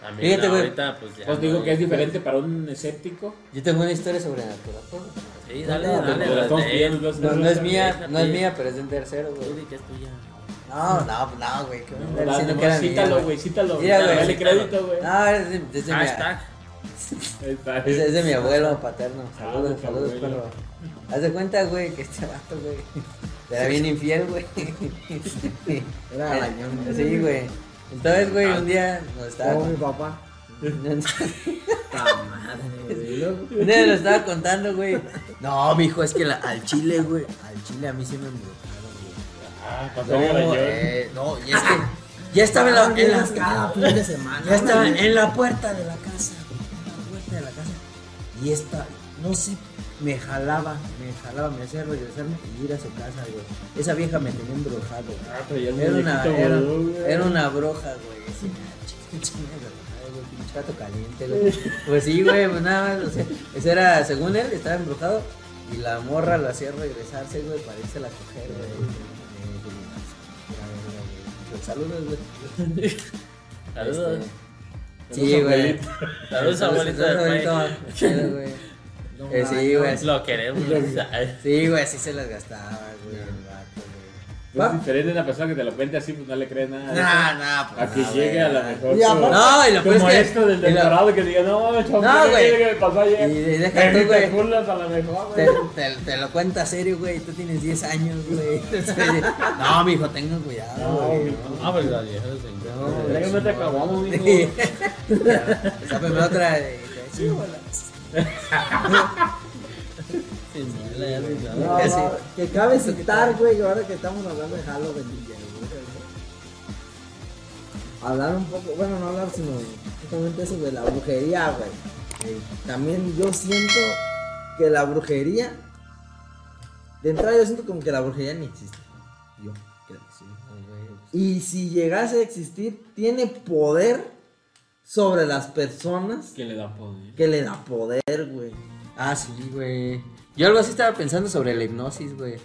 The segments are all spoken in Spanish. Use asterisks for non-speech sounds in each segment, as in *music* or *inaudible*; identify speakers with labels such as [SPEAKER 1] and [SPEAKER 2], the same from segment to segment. [SPEAKER 1] También
[SPEAKER 2] Fíjate, güey.
[SPEAKER 1] ahorita, pues ya.
[SPEAKER 3] Os
[SPEAKER 1] no
[SPEAKER 3] digo que es
[SPEAKER 1] hay-
[SPEAKER 3] diferente para un escéptico.
[SPEAKER 2] Yo tengo una historia sobrenatural. güey.
[SPEAKER 1] Sí, dale,
[SPEAKER 2] No,
[SPEAKER 1] dale.
[SPEAKER 3] Lo estamos
[SPEAKER 1] dale.
[SPEAKER 3] pidiendo, entonces,
[SPEAKER 2] Pues No, no es mía,
[SPEAKER 1] Déjate.
[SPEAKER 2] no es mía, pero es de un tercero,
[SPEAKER 1] Tú
[SPEAKER 2] güey.
[SPEAKER 1] di que es tuya.
[SPEAKER 2] No, no, no, güey. que
[SPEAKER 3] No,
[SPEAKER 2] me
[SPEAKER 3] la-
[SPEAKER 2] estás diciendo
[SPEAKER 3] nomás
[SPEAKER 2] que era mía,
[SPEAKER 3] cítalo,
[SPEAKER 2] güey.
[SPEAKER 3] güey, cítalo. güey.
[SPEAKER 2] Mira, güey,
[SPEAKER 3] Dale
[SPEAKER 1] cítalo.
[SPEAKER 3] crédito, güey.
[SPEAKER 2] No, es de, es de mi,
[SPEAKER 1] Hashtag.
[SPEAKER 3] Ahí *laughs* está.
[SPEAKER 2] Ah, es, es de mi abuelo paterno. Saludos,
[SPEAKER 3] Ah,
[SPEAKER 2] saludos,
[SPEAKER 3] tu abuelo.
[SPEAKER 2] perro. Haz de cuenta, güey, que este vato, güey, era bien infiel, güey. *laughs*
[SPEAKER 4] Era arañón.
[SPEAKER 2] Sí, güey. Entonces, güey, un día nos estaba...
[SPEAKER 4] Como
[SPEAKER 2] *laughs*
[SPEAKER 4] mi papá.
[SPEAKER 1] Ta madre, güey.
[SPEAKER 2] Un día lo estaba contando, güey. No, mijo, es que la- al chile, güey. Al chile a mí sí me embrujaron, güey.
[SPEAKER 3] Ah, pasó el
[SPEAKER 2] No,
[SPEAKER 3] arañón.
[SPEAKER 2] eh, no, y es que. Ya estaba en la, en la-
[SPEAKER 4] cada Ah, fin de semana.
[SPEAKER 2] ya estaba en la puerta de la casa. En la puerta de la casa. Y esta, no sé, me jalaba, me jalaba, me hacía regresarme y ir a su casa, güey. Esa vieja me tenía embrujado, güey.
[SPEAKER 3] Ah, traía el
[SPEAKER 2] Era una,
[SPEAKER 3] muñequito
[SPEAKER 2] era,
[SPEAKER 3] volador, güey. Pues
[SPEAKER 2] era una bruja, güey. Así, "Chinga, chinga, güey, güey, pinche gato caliente, güey. Pues sí, güey, pues nada más. O sea, ese era, según él, estaba embrujado. Y la morra lo hacía regresarse, güey, para irse a la coger, güey. Eh, güey, la verga, güey. Pues, Saludos, güey.
[SPEAKER 1] Saludos.
[SPEAKER 2] Este, Sí, güey.
[SPEAKER 3] abuelito.
[SPEAKER 1] Saludos, abuelito del
[SPEAKER 2] abuelito. Chido, güey. Eh, Sí, güey.
[SPEAKER 1] Lo queremos. Ay,
[SPEAKER 2] Sí, güey, sí se las gastaba, güey, el vato,
[SPEAKER 3] Pues
[SPEAKER 2] güey.
[SPEAKER 3] es diferente a una persona que te lo cuente así, pues no le crees nada.
[SPEAKER 2] Nah, nah, pues,
[SPEAKER 3] A que
[SPEAKER 2] nah,
[SPEAKER 3] llegue
[SPEAKER 2] güey.
[SPEAKER 3] a la mejor.
[SPEAKER 4] Y aparte-
[SPEAKER 2] No, y lo
[SPEAKER 3] Como
[SPEAKER 2] peor es que-
[SPEAKER 3] esto del
[SPEAKER 2] y lo-
[SPEAKER 3] doctorado que diga, no, chavo,
[SPEAKER 2] No,
[SPEAKER 3] no,
[SPEAKER 2] güey.
[SPEAKER 3] güey. me pasó ayer?
[SPEAKER 2] Y- y deja tú,
[SPEAKER 3] Eh,
[SPEAKER 2] güey.
[SPEAKER 3] Te burlas a la mejor,
[SPEAKER 2] Te,
[SPEAKER 3] güey.
[SPEAKER 2] te- te lo cuenta serio, güey. Tú tienes 10 años, güey. *laughs* No, mijo, tengan cuidado,
[SPEAKER 3] No,
[SPEAKER 2] güey.
[SPEAKER 3] mi-
[SPEAKER 1] No, pues las viejas se encuentran.
[SPEAKER 2] No,
[SPEAKER 3] Déjame te acabamos, mijo.
[SPEAKER 2] Sí. *laughs* pues, Sápeme otra. de- de- eh, sí, hola.
[SPEAKER 3] *laughs*
[SPEAKER 1] Sin mala, ya se sabe.
[SPEAKER 4] No, no, que cabe citar, güey, ahora que estamos hablando de Halloween. güey. Hablar un poco, bueno, no hablar, sino justamente eso de la brujería, güey. También yo siento que la brujería, de entrada yo siento como que la brujería ni existe. Yo creo que sí. Y si llegase a existir, tiene poder sobre las personas
[SPEAKER 3] Que le da ¿eh? poder.
[SPEAKER 4] que le da poder, güey.
[SPEAKER 2] Ah, sí, güey. Yo algo así estaba pensando sobre la hipnosis, güey.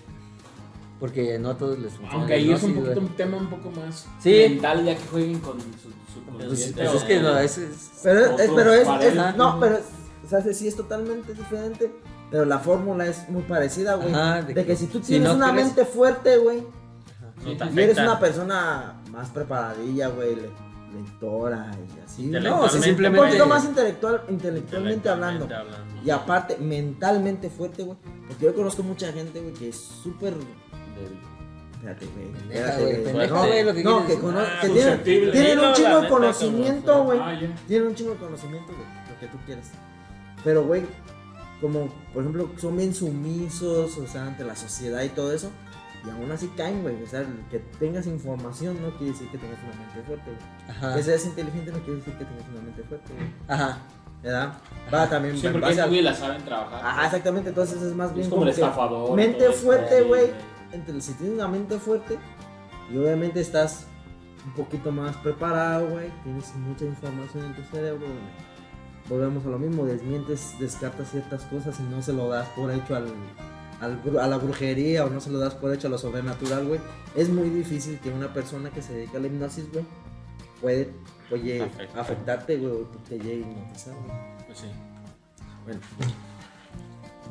[SPEAKER 2] Porque no a todos les funciona.
[SPEAKER 3] Aunque
[SPEAKER 2] la
[SPEAKER 3] ahí es un
[SPEAKER 2] hipnosis,
[SPEAKER 3] poquito
[SPEAKER 2] güey.
[SPEAKER 3] un tema un poco más
[SPEAKER 2] Sí.
[SPEAKER 3] mental, ya que jueguen con su, su
[SPEAKER 2] Pues,
[SPEAKER 3] consciente,
[SPEAKER 2] pues
[SPEAKER 3] o-
[SPEAKER 2] es que no, es. es-
[SPEAKER 4] Pero es,
[SPEAKER 3] Otros
[SPEAKER 4] es- pero es,
[SPEAKER 3] paredes,
[SPEAKER 4] es-
[SPEAKER 2] ¿no?
[SPEAKER 4] no, pero es- o sea, sí es totalmente diferente, pero la fórmula es muy parecida, güey.
[SPEAKER 2] Ajá,
[SPEAKER 4] de,
[SPEAKER 2] de
[SPEAKER 4] que
[SPEAKER 2] que
[SPEAKER 4] si tú
[SPEAKER 2] si
[SPEAKER 4] tienes
[SPEAKER 2] no
[SPEAKER 4] una
[SPEAKER 2] crees-
[SPEAKER 4] mente fuerte, güey,
[SPEAKER 1] No te
[SPEAKER 4] y eres
[SPEAKER 1] afecta.
[SPEAKER 4] una persona más preparadilla, güey, le- lectora y así.
[SPEAKER 1] Intelectualmente.
[SPEAKER 2] No, o sea,
[SPEAKER 4] Un
[SPEAKER 2] simplemente-
[SPEAKER 4] poquito más intelectual, intelectualmente hablando.
[SPEAKER 1] hablando.
[SPEAKER 4] Y aparte, mentalmente fuerte, güey. Porque yo conozco mucha gente, güey, que es súper. Espérate, güey.
[SPEAKER 2] Pendeja,
[SPEAKER 4] espérate,
[SPEAKER 2] güey,
[SPEAKER 4] güey.
[SPEAKER 2] pendeja,
[SPEAKER 4] No,
[SPEAKER 2] güey, lo que
[SPEAKER 4] no,
[SPEAKER 2] quieres.
[SPEAKER 4] que, cono-
[SPEAKER 3] Ah,
[SPEAKER 4] que tienen,
[SPEAKER 3] susceptible.
[SPEAKER 4] tienen
[SPEAKER 1] Dilo,
[SPEAKER 4] un
[SPEAKER 1] la
[SPEAKER 4] chingo de
[SPEAKER 1] neta, como
[SPEAKER 4] conocimiento,
[SPEAKER 1] son.
[SPEAKER 4] güey.
[SPEAKER 3] Ah, ya.
[SPEAKER 4] Tienen un chingo de conocimiento, güey, lo que tú quieres. Pero, güey, como, por ejemplo, son bien sumisos, o sea, ante la sociedad y todo eso. Y aún así caen, güey. O sea, el que tengas información no quiere decir que tengas una mente fuerte, güey.
[SPEAKER 2] Ajá.
[SPEAKER 3] Ah.
[SPEAKER 4] Que seas inteligente no quiere decir que tengas una mente fuerte, güey.
[SPEAKER 2] Ajá.
[SPEAKER 4] ¿Verdad? Va también,
[SPEAKER 3] Sí,
[SPEAKER 4] en
[SPEAKER 3] porque
[SPEAKER 4] base
[SPEAKER 3] esas
[SPEAKER 4] al-
[SPEAKER 3] güeyes la saben trabajar.
[SPEAKER 4] Ajá, exactamente, entonces es más
[SPEAKER 3] Es
[SPEAKER 4] bien
[SPEAKER 3] como el
[SPEAKER 4] que
[SPEAKER 3] estafador y
[SPEAKER 4] Mente
[SPEAKER 3] todo eso,
[SPEAKER 4] fuerte,
[SPEAKER 3] sí,
[SPEAKER 4] güey.
[SPEAKER 3] güey.
[SPEAKER 4] Entre si tienes una mente fuerte y obviamente estás un poquito más preparado, güey. Tienes mucha información en tu cerebro, güey. Volvemos a lo mismo, desmientes, descartas ciertas cosas y no se lo das por hecho al, al bru- a la brujería o no se lo das por hecho a lo sobrenatural, güey. Es muy difícil que una persona que se dedica a la hipnosis, güey, puede, oye,
[SPEAKER 1] Afecta.
[SPEAKER 4] afectarte, güey, o te llegue a hipnotizar, güey.
[SPEAKER 3] Pues sí.
[SPEAKER 4] Bueno,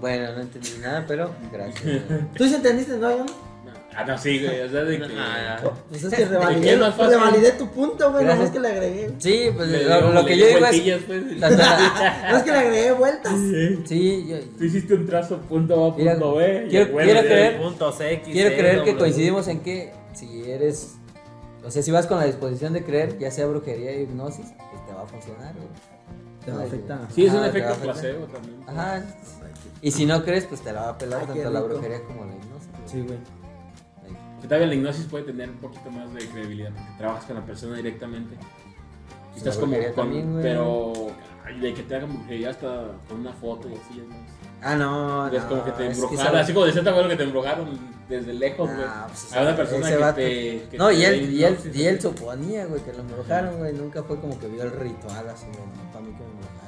[SPEAKER 2] Bueno, no entendí nada, pero
[SPEAKER 3] *laughs*
[SPEAKER 2] gracias. güey.
[SPEAKER 4] ¿tú sí entendiste, no, Yo no?
[SPEAKER 3] Ah, no, sí, güey. O sea, de que.
[SPEAKER 1] Ajá.
[SPEAKER 4] Pues es que
[SPEAKER 3] qué
[SPEAKER 4] revalidé,
[SPEAKER 3] es más fácil?
[SPEAKER 4] revalidé tu punto, güey. No
[SPEAKER 2] Gracias.
[SPEAKER 4] es que le agregué.
[SPEAKER 2] Sí, pues
[SPEAKER 3] Le
[SPEAKER 2] lo,
[SPEAKER 3] dio-
[SPEAKER 2] lo
[SPEAKER 3] le
[SPEAKER 2] que
[SPEAKER 3] dio
[SPEAKER 2] yo digo es.
[SPEAKER 3] vueltillas, pues. *laughs*
[SPEAKER 2] tanto la-
[SPEAKER 4] No es que le agregué vueltas.
[SPEAKER 2] sí, yo.
[SPEAKER 3] Tú hiciste un trazo punto A,
[SPEAKER 2] Mira,
[SPEAKER 3] punto B. y
[SPEAKER 2] quiero-
[SPEAKER 3] el güey
[SPEAKER 2] quiero
[SPEAKER 3] le-
[SPEAKER 2] creer-
[SPEAKER 1] Puntos X,
[SPEAKER 2] Quiero
[SPEAKER 1] Y,
[SPEAKER 2] creer que
[SPEAKER 1] W.
[SPEAKER 2] coincidimos en que si eres. O sea, si vas con la disposición de creer, ya sea brujería o hipnosis, pues te va a funcionar, güey.
[SPEAKER 4] Te va a afectar.
[SPEAKER 3] Sí, es
[SPEAKER 2] Ajá,
[SPEAKER 3] un
[SPEAKER 2] te va
[SPEAKER 3] efecto
[SPEAKER 2] a afectar.
[SPEAKER 3] placebo también.
[SPEAKER 2] Ajá. Y si no crees, pues te la va a pelar
[SPEAKER 3] Ah,
[SPEAKER 4] Ay, qué
[SPEAKER 2] tanto la
[SPEAKER 4] rico.
[SPEAKER 2] brujería como la hipnosis. güey.
[SPEAKER 4] Sí, güey.
[SPEAKER 2] Ahí.
[SPEAKER 3] Que también la hipnosis puede tener un poquito más de credibilidad. Porque trabajas con la persona directamente. Y
[SPEAKER 2] La
[SPEAKER 3] estás como
[SPEAKER 2] brujería
[SPEAKER 3] con.
[SPEAKER 2] también, güey.
[SPEAKER 3] pero. ay, de que te hagan brujería hasta con una foto y así, es más.
[SPEAKER 2] Ah, no.
[SPEAKER 3] Es
[SPEAKER 2] no,
[SPEAKER 3] como que te
[SPEAKER 2] es
[SPEAKER 3] embrujaron,
[SPEAKER 2] esa-
[SPEAKER 3] así como de cierta manera que te embrujaron desde lejos, güey.
[SPEAKER 2] Ah, pues,
[SPEAKER 3] a una persona
[SPEAKER 2] ese
[SPEAKER 3] que
[SPEAKER 2] vato-
[SPEAKER 3] te. que
[SPEAKER 2] No,
[SPEAKER 3] te
[SPEAKER 2] y
[SPEAKER 3] dé
[SPEAKER 2] él, y, él,
[SPEAKER 3] hipnosis.
[SPEAKER 2] y él suponía, güey, que lo embrujaron, güey. Nunca fue como que vio el ritual así, güey. No, para mí que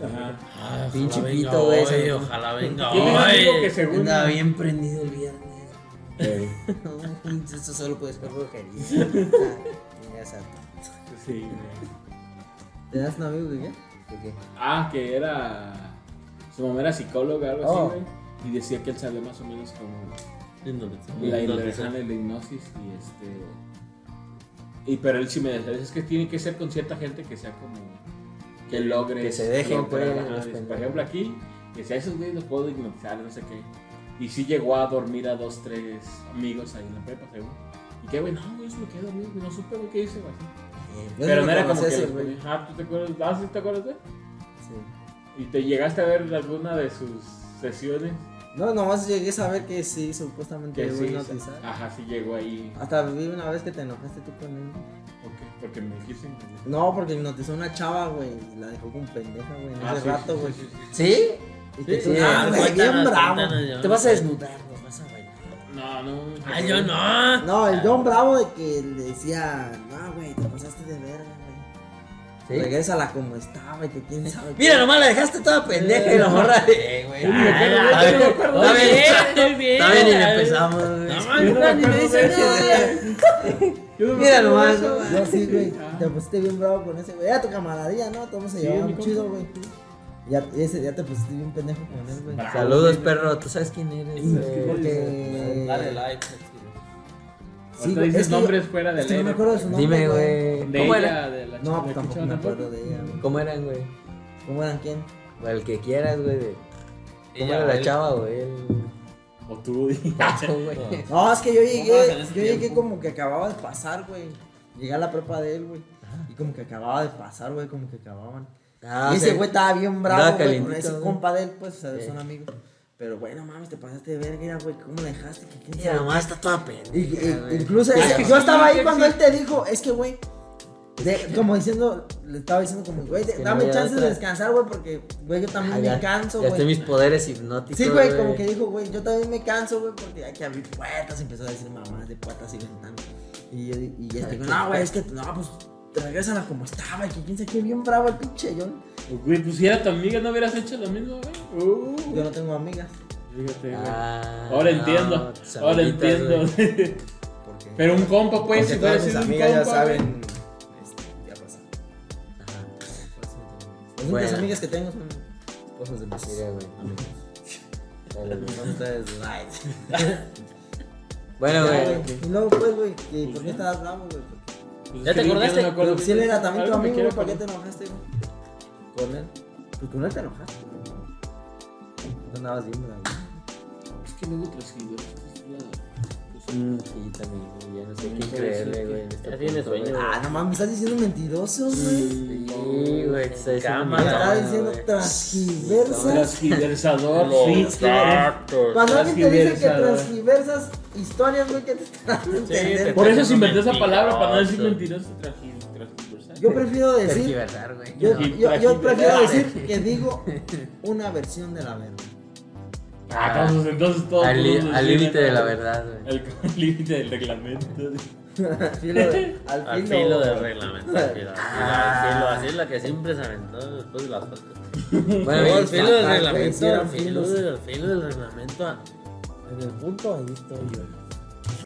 [SPEAKER 2] me embrujaron.
[SPEAKER 3] Ajá.
[SPEAKER 1] Ay,
[SPEAKER 2] Pinche
[SPEAKER 1] ojalá
[SPEAKER 2] pito,
[SPEAKER 1] venga
[SPEAKER 2] güey,
[SPEAKER 1] hoy,
[SPEAKER 2] se-
[SPEAKER 1] Ojalá venga
[SPEAKER 3] Yo tengo un amigo que
[SPEAKER 1] hoy.
[SPEAKER 3] según-
[SPEAKER 2] Andaba bien prendido el viernes. *laughs* No, Esto
[SPEAKER 3] *laughs*
[SPEAKER 2] solo puede ser brujería. Ah, ya sabes.
[SPEAKER 3] Sí, güey.
[SPEAKER 4] ¿Te das un amigo que qué?
[SPEAKER 2] ¿De qué?
[SPEAKER 3] Ah, que era. Su mamá era psicóloga, algo
[SPEAKER 2] Oh.
[SPEAKER 3] así, güey. Y decía que él sabía más o menos como la
[SPEAKER 1] Hipnotización.
[SPEAKER 3] hipnosis, la hipnosis y este. Y pero él sí me decía, es que tiene que ser con cierta gente que sea como. Que logre.
[SPEAKER 2] Que se dejen,
[SPEAKER 3] lograr,
[SPEAKER 2] pues,
[SPEAKER 3] ajá,
[SPEAKER 2] los
[SPEAKER 3] dice, Por
[SPEAKER 2] pendejos.
[SPEAKER 3] ejemplo, aquí, que si a esos güeyes los puedo hipnotizar, no sé qué. Y sí llegó a dormir a dos, tres amigos ahí en la prepa, según. Y que, güey, no, güey, eso me quedé dormido, güey, no supe, güey, qué hice, güey.
[SPEAKER 4] Yo
[SPEAKER 3] Pero
[SPEAKER 4] sí
[SPEAKER 3] no
[SPEAKER 4] lo
[SPEAKER 3] era como
[SPEAKER 4] conocí
[SPEAKER 3] que.
[SPEAKER 4] ese,
[SPEAKER 3] los ponía, Ah, ¿tú te acuerdas? Ah, sí, ¿te acuerdas, güey?
[SPEAKER 4] Sí.
[SPEAKER 3] ¿Y te llegaste a ver alguna de sus sesiones?
[SPEAKER 4] No, nomás llegué a saber que sí, supuestamente
[SPEAKER 3] Que
[SPEAKER 4] llegó a
[SPEAKER 3] sí.
[SPEAKER 4] hipnotizar.
[SPEAKER 3] Ajá, sí llegó ahí.
[SPEAKER 4] Hasta viví una vez que te enojaste tú con él.
[SPEAKER 3] ¿Por qué? Porque me dijiste.
[SPEAKER 4] No, porque hipnotizó a una chava, güey, y la dejó con pendeja, güey, en
[SPEAKER 3] Ah,
[SPEAKER 4] ese
[SPEAKER 3] sí,
[SPEAKER 4] rato,
[SPEAKER 3] sí,
[SPEAKER 4] güey.
[SPEAKER 3] sí, sí, sí.
[SPEAKER 2] ¿Sí?
[SPEAKER 4] Y te
[SPEAKER 2] Sí,
[SPEAKER 4] tú-
[SPEAKER 2] sí,
[SPEAKER 4] ah, güey, bien
[SPEAKER 1] Cuéntanos,
[SPEAKER 4] bravo.
[SPEAKER 1] cuéntanos, yo-
[SPEAKER 2] Te vas a desnudar, nos vas a bailar.
[SPEAKER 3] No, no.
[SPEAKER 1] Ah, yo no.
[SPEAKER 4] No, el John Bravo de que le decía, no, güey, te pasaste de verga, güey.
[SPEAKER 2] ¿Sí?
[SPEAKER 4] Regrésala como estaba y que quién sabe.
[SPEAKER 2] Mira nomás, la dejaste toda pendeja y la morra de... Eh, güey.
[SPEAKER 1] Ah,
[SPEAKER 2] A ver,
[SPEAKER 1] yo me acuerdo
[SPEAKER 2] está
[SPEAKER 1] de
[SPEAKER 2] bien,
[SPEAKER 1] eso, muy bien.
[SPEAKER 2] Está bien y
[SPEAKER 1] A ver.
[SPEAKER 2] empezamos,
[SPEAKER 1] No,
[SPEAKER 2] güey.
[SPEAKER 1] man, yo no me
[SPEAKER 2] Ni me
[SPEAKER 1] acuerdo de
[SPEAKER 2] dice nada.
[SPEAKER 3] Yo no me
[SPEAKER 2] Mira
[SPEAKER 3] acuerdo de
[SPEAKER 2] nomás,
[SPEAKER 3] eso,
[SPEAKER 2] nomás.
[SPEAKER 4] Yo sí, güey.
[SPEAKER 3] Ah.
[SPEAKER 4] Te pusiste bien bravo con ese, güey. Era tu camaradería, ¿no? Todos se
[SPEAKER 3] Sí,
[SPEAKER 4] llevaban
[SPEAKER 3] mi compa.
[SPEAKER 4] chido, güey. Ya, ese, ya te pusiste bien pendejo con él, güey.
[SPEAKER 3] Bravo.
[SPEAKER 2] Saludos, perro. Tú sabes quién eres. güey.
[SPEAKER 4] Porque.
[SPEAKER 1] Dale like.
[SPEAKER 4] Sí,
[SPEAKER 3] Ahorita
[SPEAKER 4] güey,
[SPEAKER 3] dices
[SPEAKER 4] es que-
[SPEAKER 3] nombres fuera del
[SPEAKER 4] Es que no me
[SPEAKER 3] aire.
[SPEAKER 4] acuerdo de su nombre.
[SPEAKER 2] Dime,
[SPEAKER 3] De
[SPEAKER 2] güey. ¿Cómo
[SPEAKER 3] ella,
[SPEAKER 2] eran?
[SPEAKER 3] de la
[SPEAKER 4] No,
[SPEAKER 3] chica,
[SPEAKER 4] tampoco
[SPEAKER 3] chichona,
[SPEAKER 4] me acuerdo
[SPEAKER 3] ¿no?
[SPEAKER 4] de ella, güey.
[SPEAKER 2] ¿Cómo eran, güey?
[SPEAKER 4] ¿Cómo eran quién?
[SPEAKER 2] O el que quieras, güey. de- ¿Cómo
[SPEAKER 1] Ella,
[SPEAKER 2] era la
[SPEAKER 1] él.
[SPEAKER 2] chava, güey? El
[SPEAKER 3] O tú, di.
[SPEAKER 2] cacho, güey.
[SPEAKER 4] No, es que yo
[SPEAKER 1] No, en
[SPEAKER 4] llegué.
[SPEAKER 1] ese
[SPEAKER 4] Yo llegué
[SPEAKER 1] tiempo.
[SPEAKER 4] como que acababa de pasar, güey. Llegué a la prepa de él, güey. Y como que acababa de pasar, güey. Como que acababan.
[SPEAKER 2] Ah,
[SPEAKER 4] y ese
[SPEAKER 2] sí.
[SPEAKER 4] güey estaba bien
[SPEAKER 2] Andaba
[SPEAKER 4] bravo, güey, con
[SPEAKER 2] calientito,
[SPEAKER 4] ese
[SPEAKER 2] güey.
[SPEAKER 4] compa de él, pues, o sea,
[SPEAKER 2] Sí.
[SPEAKER 4] son amigos. Pero bueno, mames, te pasaste de verga, mira, güey, ¿cómo la dejaste? Que quién
[SPEAKER 2] Mira
[SPEAKER 4] sabe.
[SPEAKER 2] nomás, está toda
[SPEAKER 4] Y- y-
[SPEAKER 2] pendeja, güey.
[SPEAKER 4] incluso
[SPEAKER 3] Es
[SPEAKER 4] es
[SPEAKER 3] que
[SPEAKER 4] que
[SPEAKER 3] sí,
[SPEAKER 4] yo estaba
[SPEAKER 3] es
[SPEAKER 4] ahí
[SPEAKER 3] que
[SPEAKER 4] cuando
[SPEAKER 3] sí.
[SPEAKER 4] él te dijo, es que güey, de- como diciendo, le estaba diciendo como, güey, de-
[SPEAKER 2] que no
[SPEAKER 4] dame
[SPEAKER 2] había
[SPEAKER 4] chance de
[SPEAKER 2] otra.
[SPEAKER 4] descansar, güey, porque, güey, yo
[SPEAKER 2] Ah,
[SPEAKER 4] también
[SPEAKER 2] ya-
[SPEAKER 4] me canso,
[SPEAKER 2] Gasté
[SPEAKER 4] güey.
[SPEAKER 2] mis poderes hipnóticos.
[SPEAKER 4] Sí, güey, como que dijo, güey, yo también me canso, güey, porque hay que abrir puertas, y empezó a decir mamás de puertas y ventanas. Y yo y ya digo, no, güey, es que, no, pues, regrésala como estaba, y que quién sabe qué bien bravo el pinche yo.
[SPEAKER 3] *laughs* Güey, pues si era tu amiga, no hubieras hecho lo mismo, güey. Uh,
[SPEAKER 4] Yo no tengo amigas.
[SPEAKER 3] fíjate, güey.
[SPEAKER 2] Ah,
[SPEAKER 3] Ahora
[SPEAKER 2] no,
[SPEAKER 3] entiendo.
[SPEAKER 4] pues,
[SPEAKER 2] tus
[SPEAKER 3] Ahora
[SPEAKER 2] amiguitas,
[SPEAKER 3] entiendo.
[SPEAKER 2] güey. pues,
[SPEAKER 4] Porque,
[SPEAKER 3] *laughs* Pero un compa, pues,
[SPEAKER 4] porque
[SPEAKER 3] si
[SPEAKER 4] todas
[SPEAKER 3] fuera
[SPEAKER 4] mis
[SPEAKER 3] sido un
[SPEAKER 4] amigas ya
[SPEAKER 3] compa. güey.
[SPEAKER 4] saben. Este, ya pasa.
[SPEAKER 2] Ajá.
[SPEAKER 4] Las únicas
[SPEAKER 2] Bueno.
[SPEAKER 4] amigas que tengo son esposas de mis
[SPEAKER 2] Mira, güey. Dale, güey.
[SPEAKER 4] Son ustedes. Ay.
[SPEAKER 2] *laughs* Bueno,
[SPEAKER 4] Ya,
[SPEAKER 2] güey.
[SPEAKER 4] güey. Y luego, pues, güey, que- ¿por qué estabas bravo, güey?
[SPEAKER 3] Pues, es
[SPEAKER 1] ¿Ya
[SPEAKER 3] que
[SPEAKER 1] te
[SPEAKER 3] yo
[SPEAKER 1] acordaste?
[SPEAKER 3] no me acuerdo.
[SPEAKER 4] Pero si él era también tu
[SPEAKER 3] Algo me
[SPEAKER 4] amigo,
[SPEAKER 3] quiero
[SPEAKER 4] güey, ¿por qué te
[SPEAKER 3] acordar.
[SPEAKER 4] enojaste, güey? ¿Con él? Pues con él te enojaste, güey. Tú andabas bien bravo.
[SPEAKER 3] Es que luego tras seguidores, es la- pues,
[SPEAKER 2] Mm, Sí, también, güey, ya no sé qué
[SPEAKER 3] También puede
[SPEAKER 2] creerle,
[SPEAKER 3] ser
[SPEAKER 2] güey.
[SPEAKER 3] que-
[SPEAKER 2] en este
[SPEAKER 1] Ya tiene
[SPEAKER 2] punto,
[SPEAKER 1] sueño,
[SPEAKER 2] güey.
[SPEAKER 4] Ah, no mames, me estás diciendo mentiroso, güey.
[SPEAKER 2] Sí, güey, que está diciendo
[SPEAKER 1] Cámara.
[SPEAKER 4] Me
[SPEAKER 2] mi mamá,
[SPEAKER 4] estás diciendo
[SPEAKER 2] güey.
[SPEAKER 4] transgiversas.
[SPEAKER 3] Transgiversador, sí,
[SPEAKER 4] Cuando alguien te dice que
[SPEAKER 3] transgiversador.
[SPEAKER 4] transgiversas historias, güey, que te están a entender.
[SPEAKER 3] Por eso se inventó esa
[SPEAKER 1] Mentiroso.
[SPEAKER 3] palabra, para no decir mentiroso, transgi- transgiversal.
[SPEAKER 4] Yo prefiero decir
[SPEAKER 2] Tergiversar, güey.
[SPEAKER 4] Yo,
[SPEAKER 2] No.
[SPEAKER 3] Y
[SPEAKER 4] yo, yo
[SPEAKER 3] traje-
[SPEAKER 4] *laughs* prefiero decir que digo una versión de la verdad.
[SPEAKER 3] Ah, entonces, entonces todo.
[SPEAKER 2] Al li-
[SPEAKER 3] todo
[SPEAKER 2] al
[SPEAKER 3] se
[SPEAKER 2] límite
[SPEAKER 3] llena
[SPEAKER 2] de la verdad, güey.
[SPEAKER 3] El el *laughs* límite del reglamento.
[SPEAKER 4] Al filo, de- al
[SPEAKER 1] Al
[SPEAKER 4] filo.
[SPEAKER 1] filo del reglamento. Al filo,
[SPEAKER 2] Ah.
[SPEAKER 1] al filo, así es la que siempre se aventó después de las fotos.
[SPEAKER 2] Bueno,
[SPEAKER 1] Luego
[SPEAKER 2] bien,
[SPEAKER 1] al filo del
[SPEAKER 4] fatal, güey,
[SPEAKER 1] reglamento,
[SPEAKER 4] hicieron
[SPEAKER 1] al filo
[SPEAKER 4] filos.
[SPEAKER 1] del al filo del reglamento.
[SPEAKER 4] En el punto ahí estoy yo.